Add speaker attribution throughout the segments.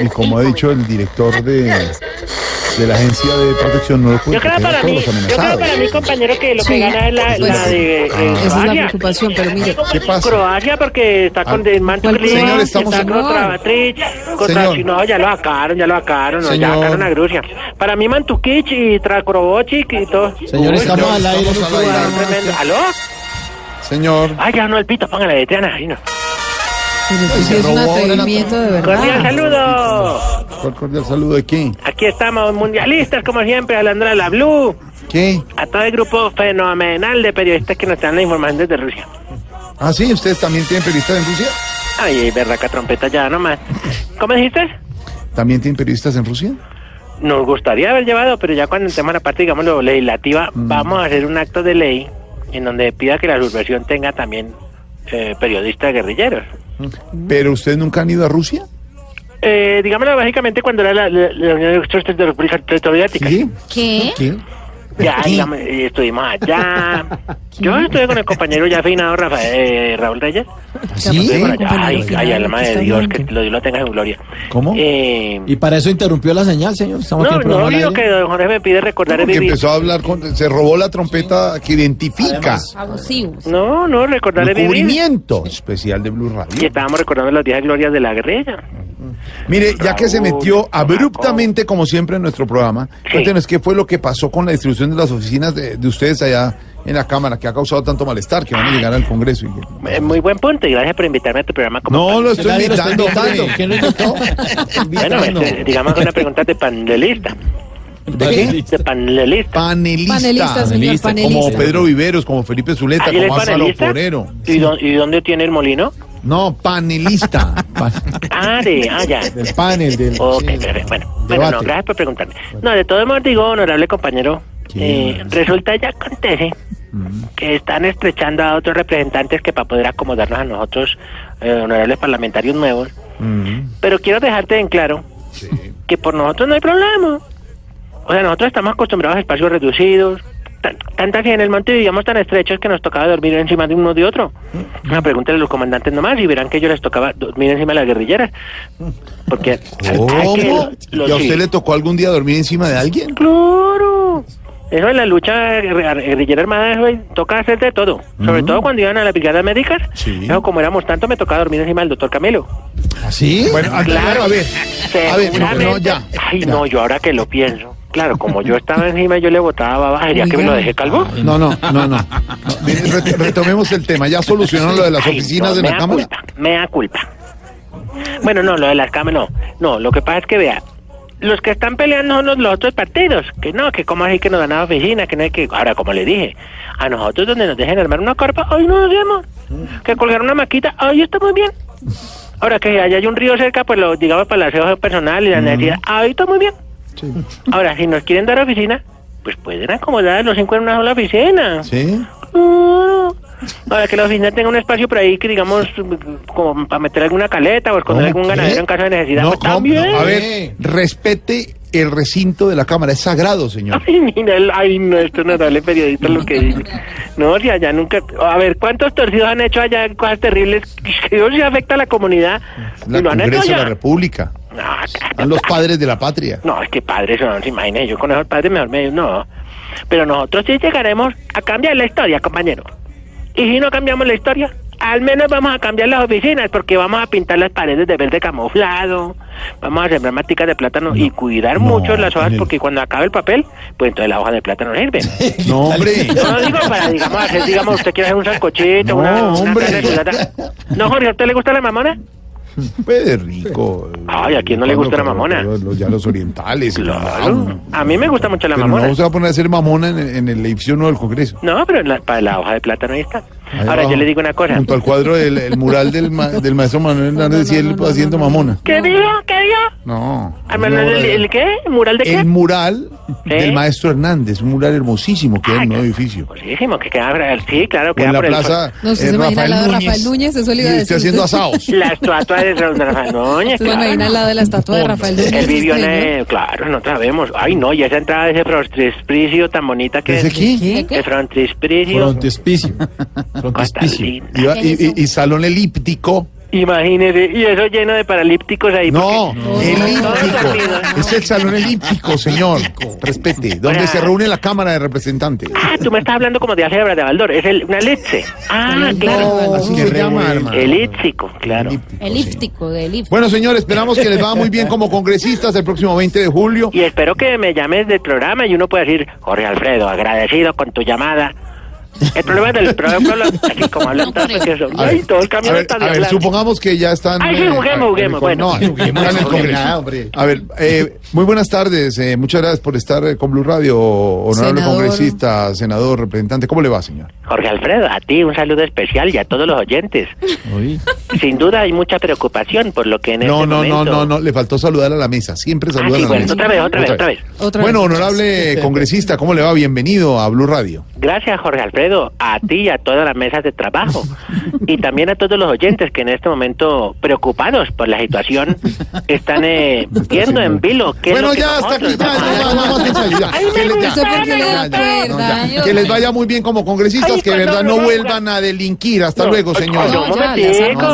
Speaker 1: y como ha dicho el director de, de la agencia de protección, no los puede
Speaker 2: Yo creo,
Speaker 1: proteger a
Speaker 2: para
Speaker 1: todos
Speaker 2: mí,
Speaker 1: los
Speaker 2: yo creo
Speaker 1: amenazados. ah,
Speaker 2: para mí, compañero, que lo
Speaker 3: Sí,
Speaker 2: que gana es la,
Speaker 3: pues,
Speaker 2: la de eh,
Speaker 3: Esa es la
Speaker 2: Croacia.
Speaker 3: preocupación, pero mire,
Speaker 1: ¿Qué pasa?
Speaker 2: Croacia porque está con
Speaker 1: Ah,
Speaker 2: Desmantel,
Speaker 3: ¿cuál
Speaker 1: señor?
Speaker 2: está
Speaker 1: Estamos en-
Speaker 2: contra Batrich, contra
Speaker 1: Señor.
Speaker 2: Chino, ya lo sacaron, ya lo sacaron, no, ya
Speaker 1: Señor.
Speaker 2: sacaron a Grusia. Para mí Mantukic y Trakrobocic y todo.
Speaker 4: Señor, estamos
Speaker 1: señor,
Speaker 4: al aire.
Speaker 1: estamos al
Speaker 2: Uruguay,
Speaker 1: aire.
Speaker 2: tremendo. ¿Aló?
Speaker 1: Señor,
Speaker 2: Ay, ya no el pito, póngale de Triana. ay, no.
Speaker 3: pero pues es un atrevimiento de
Speaker 1: Ah.
Speaker 2: Cordial
Speaker 3: verdad.
Speaker 2: saludo.
Speaker 1: ¿cuál cordial saludo de quién?
Speaker 2: Aquí estamos, mundialistas, como siempre, hablando de la Blue.
Speaker 1: ¿Qué?
Speaker 2: A todo el grupo fenomenal de periodistas que nos dan la información desde Rusia.
Speaker 1: Ah, sí, ustedes también tienen periodistas en Rusia.
Speaker 2: Ay, verraca trompeta ya nomás. ¿Cómo dijiste?
Speaker 1: ¿También tienen periodistas en Rusia?
Speaker 2: Nos gustaría haber llevado, pero ya cuando entremos a la parte, digámoslo, legislativa,
Speaker 1: Mm.
Speaker 2: vamos a hacer un acto de ley en donde pida que la subversión tenga también eh, periodistas guerrilleros.
Speaker 1: ¿Pero ustedes nunca han ido a Rusia?
Speaker 2: Eh, digámoslo básicamente cuando era la, la- la Unión de República Soviética.
Speaker 1: ¿Sí?
Speaker 3: ¿Qué?
Speaker 1: ¿Quién?
Speaker 2: Ya,
Speaker 1: Sí.
Speaker 2: digamos, eh, estuvimos allá. Yo estuve con el compañero ya afinado, Rafael, eh, Raúl Reyes.
Speaker 1: ¿Sí?
Speaker 2: Estuve
Speaker 3: Sí,
Speaker 2: por allá.
Speaker 3: compañero
Speaker 2: Ay,
Speaker 3: afinado,
Speaker 2: ay, alma
Speaker 3: ¿qué
Speaker 2: de
Speaker 3: está
Speaker 2: Dios, que
Speaker 3: hablando?
Speaker 2: lo, Dios lo tenga en gloria.
Speaker 1: ¿Cómo?
Speaker 2: Eh,
Speaker 4: Y para eso interrumpió la señal, señor. Estamos
Speaker 2: no,
Speaker 4: aquí en
Speaker 2: no,
Speaker 4: programa al
Speaker 2: lo
Speaker 4: aire.
Speaker 2: que don Jorge me pide recordar es
Speaker 1: Porque
Speaker 2: vivir.
Speaker 1: empezó a hablar con... Se robó la trompeta que identifica
Speaker 3: Abusivos.
Speaker 2: No, no, recordar
Speaker 1: el
Speaker 2: es vivir.
Speaker 1: cubrimiento especial de Blue Radio.
Speaker 2: Y estábamos recordando los días de gloria de la guerrilla.
Speaker 1: Mire, ya que se
Speaker 2: Raúl,
Speaker 1: metió
Speaker 2: Marco.
Speaker 1: abruptamente, como siempre, en nuestro programa,
Speaker 2: Sí.
Speaker 1: cuéntenos qué fue lo que pasó con la distribución de las oficinas de, de ustedes allá en la Cámara, que ha causado tanto malestar, que van a llegar al Congreso. y que-
Speaker 2: Eh, Muy buen punto y gracias por invitarme a tu programa. Como
Speaker 1: No, lo estoy
Speaker 4: Nadie lo está
Speaker 1: invitando.
Speaker 4: invitando.
Speaker 1: hombre.
Speaker 4: ¿Quién lo invitó?
Speaker 2: bueno,
Speaker 1: Invitando.
Speaker 2: este, digamos una pregunta de panelista.
Speaker 1: ¿De qué?
Speaker 2: De panelista.
Speaker 1: Panelista.
Speaker 3: Panelista, señor,
Speaker 1: Panelista, Como
Speaker 3: panelista.
Speaker 1: Pedro Viveros, como Felipe Zuleta,
Speaker 2: ¿Ah, él es
Speaker 1: como Álvaro
Speaker 2: panelista?
Speaker 1: Forero.
Speaker 2: ¿Y, dó- ¿Y dónde tiene el molino?
Speaker 1: No, panelista. Pan-
Speaker 2: Ah, de, ah, ya.
Speaker 4: Del panel, del...
Speaker 2: Ok,
Speaker 4: sí.
Speaker 2: perfecto. Bueno, bueno no,
Speaker 4: Debate.
Speaker 2: gracias por preguntarme. No, de todos modos digo, honorable compañero,
Speaker 1: ¿Qué?
Speaker 2: eh, resulta ya acontece
Speaker 1: Mm.
Speaker 2: que están estrechando a otros representantes que para poder acomodarnos a nosotros, eh, honorables parlamentarios nuevos.
Speaker 1: Mm,
Speaker 2: Pero quiero dejarte en claro
Speaker 1: sí.
Speaker 2: que por nosotros no hay problema. O sea, nosotros estamos acostumbrados a espacios reducidos, tan- tanta gente en el monte vivíamos tan estrechos que nos tocaba dormir encima de uno de otro. Una pregunta de los comandantes nomás y verán que ellos les tocaba dormir encima de las guerrilleras. Porque... hay que-
Speaker 1: ¿Cómo?
Speaker 2: los-
Speaker 1: ¿Y a usted
Speaker 2: sí.
Speaker 1: le tocó algún día dormir encima de alguien?
Speaker 2: Claro. Eso en la lucha guerri- guerrillera armada eso, eh, toca hacer de todo. Sobre
Speaker 1: Ujú.
Speaker 2: todo cuando iban a las brigadas médicas.
Speaker 1: Mm. Sí.
Speaker 2: Eso, como éramos tanto, me tocaba dormir encima del doctor Camelo.
Speaker 4: ¿Así?
Speaker 1: Bueno, antes-
Speaker 2: Claro.
Speaker 1: a ver, a ver, no,
Speaker 2: Seguramente-
Speaker 1: no, ya.
Speaker 2: Ay,
Speaker 1: Ya.
Speaker 2: no, yo ahora que lo pienso. Claro, como yo estaba encima, yo le botaba baba. ¿Sería que me lo dejé calvo?
Speaker 1: No, no, no, no. no. Mire, ret- Retomemos el tema. ¿Ya solucionaron lo de las
Speaker 2: Ay,
Speaker 1: oficinas
Speaker 2: no,
Speaker 1: de
Speaker 2: me
Speaker 1: la
Speaker 2: da
Speaker 1: Cámara?
Speaker 2: Culpa, me da culpa. Bueno, no, lo de las cámaras, no. No, lo que pasa es que vea, los que están peleando son los, los otros partidos. Que no, que cómo así que nos dan a oficina, que no hay que. Ahora, como le dije, a nosotros donde nos dejen armar una carpa, hoy no nos vemos. Que colgar una maquita, hoy está muy bien. Ahora que allá hay un río cerca, pues lo digamos para el aseo personal y la necesidad, ahí está muy bien. Ahora, si nos quieren dar oficina, pues pueden acomodar a los cinco en una sola oficina.
Speaker 1: Sí.
Speaker 2: Ah, Ahora que la oficina tenga un espacio por ahí que digamos como para meter alguna caleta o esconder algún
Speaker 1: ¿Cómo?
Speaker 2: ganadero
Speaker 1: ¿Qué?
Speaker 2: en caso de necesidad.
Speaker 1: No,
Speaker 2: pues,
Speaker 1: ¿cómo?
Speaker 2: también.
Speaker 1: No, a ver, respete el recinto de la Cámara. Es sagrado, señor.
Speaker 2: Ay, mira, el- ay, no, esto no dale periodista lo que dice. No, si allá nunca. A ver, ¿cuántos torcidos han hecho allá cosas terribles? Que Dios sí afecta a la comunidad.
Speaker 1: La
Speaker 2: y lo han hecho
Speaker 1: Congreso de la
Speaker 2: allá.
Speaker 1: República.
Speaker 2: Ah,
Speaker 1: A los padres de la patria.
Speaker 2: No, es que padres no, se imaginen, yo con esos padres mejor me no. Pero nosotros sí llegaremos a cambiar la historia, compañero. Y si no cambiamos la historia, al menos vamos a cambiar las oficinas, porque vamos a pintar las paredes de verde camuflado, vamos a sembrar maticas de plátano y cuidar
Speaker 1: no,
Speaker 2: mucho las hojas,
Speaker 1: Daniel.
Speaker 2: porque cuando acabe el papel, pues entonces las hojas de plátano sirven.
Speaker 1: No, hombre.
Speaker 2: No lo digo para, digamos, hacer, digamos, usted quiere hacer un sancochito,
Speaker 1: No,
Speaker 2: una, una
Speaker 1: hombre.
Speaker 2: carne sudada. No, Jorge, ¿a usted le gusta la mamona?
Speaker 1: Puede Pues, rico.
Speaker 2: Ay, ¿a quién no le gusta la mamona?
Speaker 1: Los, los- ya los orientales. el
Speaker 2: Claro.
Speaker 1: mamón.
Speaker 2: A mí me gusta mucho la
Speaker 1: Pero
Speaker 2: mamona.
Speaker 1: no se va a poner a hacer mamona en, en el edificio nuevo del Congreso.
Speaker 2: No, pero la- para la hoja de plátano ahí está.
Speaker 1: Ahí
Speaker 2: Ahora
Speaker 1: abajo,
Speaker 2: yo le digo una cosa.
Speaker 1: Junto al cuadro del el mural del, ma- del maestro Manuel Hernández, y él haciendo mamona.
Speaker 2: ¿Qué dijo? ¿Qué dijo?
Speaker 1: No.
Speaker 2: Ah,
Speaker 1: es
Speaker 2: ¿El,
Speaker 1: una obra
Speaker 2: el-
Speaker 1: de-
Speaker 2: el qué? ¿Mural de qué?
Speaker 1: el mural
Speaker 2: ¿Sí?
Speaker 1: del maestro Hernández, un mural hermosísimo que hay en
Speaker 2: Ah,
Speaker 1: un nuevo
Speaker 2: qué-
Speaker 1: edificio.
Speaker 2: Buenísimo, que queda, sí, claro,
Speaker 1: O
Speaker 2: queda
Speaker 1: en la
Speaker 2: por el-
Speaker 1: plaza
Speaker 3: No, usted
Speaker 1: eh,
Speaker 3: se imagina
Speaker 1: Rafael,
Speaker 3: al lado de
Speaker 1: Núñez,
Speaker 3: Rafael Núñez, eso le iba a
Speaker 1: y
Speaker 3: decir.
Speaker 1: esté haciendo asados.
Speaker 2: La estatua de San Rafael
Speaker 3: Se lo imagina al lado de la estatua de Rafael Núñez.
Speaker 2: Él vivió en...
Speaker 3: señor.
Speaker 2: eh, Claro, no sabemos. Ay, no, y esa entrada de ese frontispicio tan bonita que
Speaker 1: ¿Ese aquí?
Speaker 3: ¿Qué?
Speaker 2: El frontispicio. Ah,
Speaker 4: Frontispicio.
Speaker 2: Cosa
Speaker 4: Frontispicio.
Speaker 2: linda.
Speaker 1: Iba- y, y- y salón elíptico
Speaker 2: Imagínese, y eso lleno de paralípticos ahí.
Speaker 1: No,
Speaker 2: porque-
Speaker 1: elíptico.
Speaker 2: Todo perdido.
Speaker 1: Es el salón elíptico, señor. Respete. Donde se reúne la Cámara de Representantes.
Speaker 2: Ah, tú me estás hablando como de álgebra de Baldor. Es el, una elipse. Ah,
Speaker 3: No,
Speaker 2: claro.
Speaker 1: Así se llama, hermano.
Speaker 2: Elíptico, claro.
Speaker 3: Elíptico, de elíptico.
Speaker 1: Bueno, señor, esperamos que les vaya muy bien como congresistas el próximo 20 de julio.
Speaker 2: Y espero que me llames del programa y uno pueda decir, Jorge Alfredo, agradecido con tu llamada. El problema del programa, así como hablan tanto, que son, ay, todo el
Speaker 1: A
Speaker 2: camino
Speaker 1: ver,
Speaker 2: está de
Speaker 1: a ver,
Speaker 2: hablar.
Speaker 1: supongamos que ya están.
Speaker 2: Ay, sí,
Speaker 1: eh,
Speaker 2: juguemos,
Speaker 1: a- a-
Speaker 2: juguemos, bueno.
Speaker 1: No, están en el Congreso.
Speaker 4: Nada, hombre.
Speaker 1: A ver, eh, muy buenas tardes. eh, muchas gracias por estar eh, con Blue Radio, honorable
Speaker 3: Senador.
Speaker 1: congresista, senador, representante. ¿Cómo le va, señor?
Speaker 2: Jorge Alfredo, a ti un saludo especial y a todos los oyentes.
Speaker 4: Uy.
Speaker 2: Sin duda hay mucha preocupación por lo que en
Speaker 1: No,
Speaker 2: este
Speaker 1: no,
Speaker 2: momento...
Speaker 1: no, no, no, le faltó saludar a la mesa. Siempre
Speaker 2: Ah,
Speaker 1: saluda a
Speaker 2: sí,
Speaker 1: la
Speaker 2: bueno,
Speaker 1: mesa.
Speaker 2: otra vez, otra vez, otra vez.
Speaker 3: Otra
Speaker 1: bueno,
Speaker 3: vez.
Speaker 1: honorable congresista, ¿cómo le va? Bienvenido a Blue Radio.
Speaker 2: Gracias, Jorge Alfredo, a ti y a todas las mesas de trabajo. Y también a todos los oyentes que en este momento, preocupados por la situación, están eh, viendo en vilo qué es
Speaker 1: bueno,
Speaker 2: lo que
Speaker 1: ya hasta aquí,
Speaker 2: nosotros
Speaker 1: ya, ya,
Speaker 2: vamos a
Speaker 1: ya, no más ensayos, ya.
Speaker 2: Ay, me
Speaker 1: Que le- ya,
Speaker 2: gusta,
Speaker 1: ya,
Speaker 3: me
Speaker 1: ya, ya, no, ya.
Speaker 3: encanta.
Speaker 1: Que les vaya muy bien como congresistas,
Speaker 2: Ay,
Speaker 1: que de
Speaker 2: cuando
Speaker 1: verdad
Speaker 2: me
Speaker 1: no
Speaker 2: vaya.
Speaker 1: vuelvan a delinquir. Hasta
Speaker 2: No,
Speaker 1: luego,
Speaker 2: ay,
Speaker 1: señor.
Speaker 2: cuando-
Speaker 1: No,
Speaker 2: No,
Speaker 3: ya, ya
Speaker 2: momentico.
Speaker 1: no,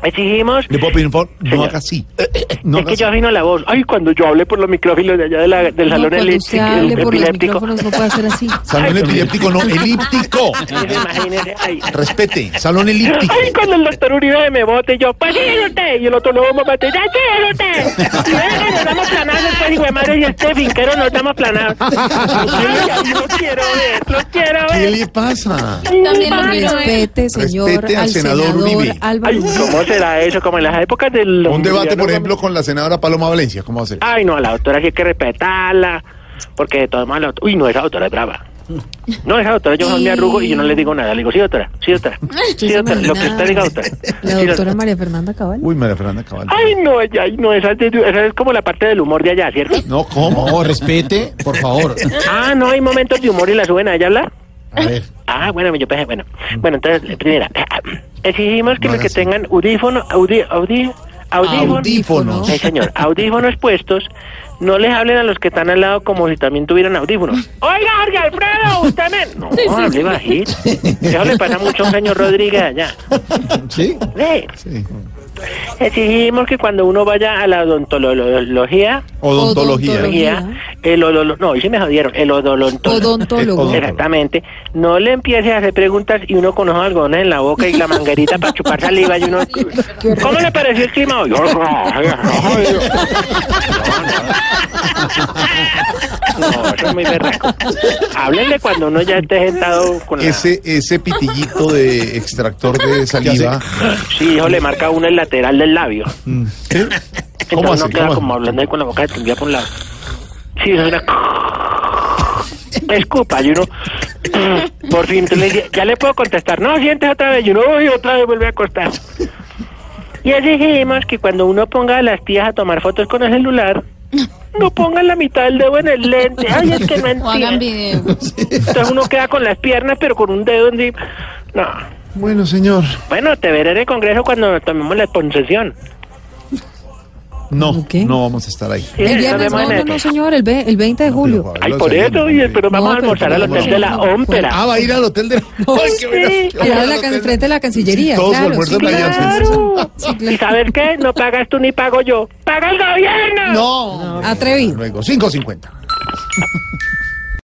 Speaker 2: Exigimos...
Speaker 1: ¿Le puedo pedir un favor? No
Speaker 2: Señor.
Speaker 1: haga así. No
Speaker 2: es
Speaker 1: haga
Speaker 2: que
Speaker 1: así.
Speaker 2: yo afino la voz. Ay, cuando yo hablé por los micrófonos de allá de la- del
Speaker 3: No,
Speaker 2: salón
Speaker 3: cuando usted
Speaker 2: elíptico,
Speaker 3: hable por los
Speaker 2: epiléptico.
Speaker 3: micrófonos no puede hacer así.
Speaker 1: Salón epiléptico, no, elíptico.
Speaker 2: Imagínese, ay.
Speaker 1: Respete, salón elíptico.
Speaker 2: Ay, cuando el doctor Uribe me bote, yo, pues sí, es usted. Y el otro lobo me bate, ya sí, es usted. Y venga, nos damos planados después, hijo de madre, y este finquero nos damos planados. Ay, ay, lo quiero ver, lo quiero
Speaker 1: ¿Qué
Speaker 2: ver.
Speaker 1: le pasa?
Speaker 3: También lo
Speaker 2: Ay,
Speaker 3: respete, señor,
Speaker 1: Respete al
Speaker 3: al
Speaker 1: senador
Speaker 3: senador,
Speaker 1: Uribe.
Speaker 3: Álvaro
Speaker 2: ¿eh? Ay,
Speaker 3: Uribe.
Speaker 2: ¿cómo será eso? Como en las épocas del...
Speaker 1: Un debate, por ejemplo, con la senadora Paloma Valencia. ¿Cómo va a ser?
Speaker 2: Ay, no, a la doctora sí hay que respetarla, porque de todas maneras, uy, no, esa doctora es brava. No, esa doctora, yo
Speaker 3: Y-
Speaker 2: me arrugo y yo no le digo nada. Le digo, sí, doctora, sí, doctora, sí,
Speaker 3: se
Speaker 2: doctora, lo que
Speaker 3: imagina
Speaker 2: usted diga, doctora.
Speaker 3: La
Speaker 2: Sí,
Speaker 3: doctora María Fernanda Cabal.
Speaker 1: Uy, María Fernanda Cabal.
Speaker 2: Ay, no, ella, ay, no, esa es, de- esa es como la parte del humor de allá, ¿cierto?
Speaker 1: No, ¿cómo?
Speaker 4: No, respete, por favor.
Speaker 2: Ah, no, hay momentos de humor y la suben a ella hablar.
Speaker 4: A ver.
Speaker 2: Ah, bueno, yo pensé, bueno. Bueno, entonces, primera, eh, ah, exigimos que
Speaker 1: No
Speaker 2: los
Speaker 1: hagas
Speaker 2: que
Speaker 1: así.
Speaker 2: tengan audífono, audi, audi, audífono,
Speaker 1: Audífonos.
Speaker 2: Sí, señor, audífonos puestos, no les hablen a los que están al lado como si también tuvieran audífonos. Oiga, Jorge Alfredo, usted me... No, hable bajito. Eso le pasa mucho a un señor Rodríguez allá.
Speaker 4: ¿Sí?
Speaker 2: Sí.
Speaker 1: Sí.
Speaker 2: Exigimos que cuando uno vaya a la odontología,
Speaker 1: Odontología.
Speaker 2: odontología, el odolo- no, ahí sí me jodieron, el odontólogo.
Speaker 3: Odontólogo.
Speaker 1: eh, Odontólogo.
Speaker 2: Exactamente. No le empieces a hacer preguntas y uno con los algodones en la boca y la manguerita para chupar saliva y uno... ¿Cómo le pareció el clima hoy? No, eso es muy berraco. Háblenle cuando uno ya esté sentado con la...
Speaker 1: Ese, ese pitillito de extractor de saliva.
Speaker 2: Sí, hijo, le marca uno el lateral del labio. Entonces
Speaker 1: ¿Cómo hace?
Speaker 2: no queda
Speaker 1: ¿Cómo
Speaker 2: como
Speaker 1: hace?
Speaker 2: hablando ahí con la boca tendida por un lado. Sí, eso era... Escupa, y uno... Por fin, tú le dices, ya le puedo contestar. No, sientes otra vez. Y uno, uy, otra vez vuelve a acostar. Y exigimos que cuando uno ponga a las tías a tomar fotos con el celular, no pongan la mitad del dedo en el lente. Ay, es que no
Speaker 5: O hagan
Speaker 2: entiendo.
Speaker 5: video.
Speaker 2: Entonces uno queda con las piernas, pero con un dedo encima. No...
Speaker 1: Bueno, señor.
Speaker 2: Bueno, te veré en el Congreso cuando tomemos la concesión.
Speaker 1: No,
Speaker 3: ¿Ok?
Speaker 1: no vamos a estar ahí.
Speaker 2: Sí,
Speaker 3: El
Speaker 2: eso
Speaker 3: viernes,
Speaker 2: vemos
Speaker 3: no,
Speaker 2: en
Speaker 3: no,
Speaker 2: el-
Speaker 3: no, señor, el, ve- el 20 de julio.
Speaker 1: Pero,
Speaker 2: Ay,
Speaker 1: Pablo,
Speaker 2: por
Speaker 1: salimos
Speaker 2: eso, oye,
Speaker 1: bien.
Speaker 2: pero vamos
Speaker 3: No,
Speaker 2: a almorzar
Speaker 3: pero
Speaker 2: al
Speaker 3: vamos
Speaker 2: hotel de
Speaker 3: a-
Speaker 2: la
Speaker 3: no,
Speaker 2: ópera.
Speaker 1: Ah, va a ir al hotel de la. Ay, qué buena-
Speaker 2: sí.
Speaker 1: qué
Speaker 3: Al lado
Speaker 1: buena
Speaker 3: de la,
Speaker 1: hotel.
Speaker 3: can- frente de la Cancillería.
Speaker 1: Todos
Speaker 3: claro,
Speaker 1: los
Speaker 3: sí,
Speaker 1: almuerzos de allá.
Speaker 2: Claro.
Speaker 3: Sí, claro.
Speaker 2: ¿Y saber qué? No pagas tú ni pago yo. ¡Paga el gobierno!
Speaker 1: No.
Speaker 3: Atrevido.
Speaker 1: Luego, 5.50.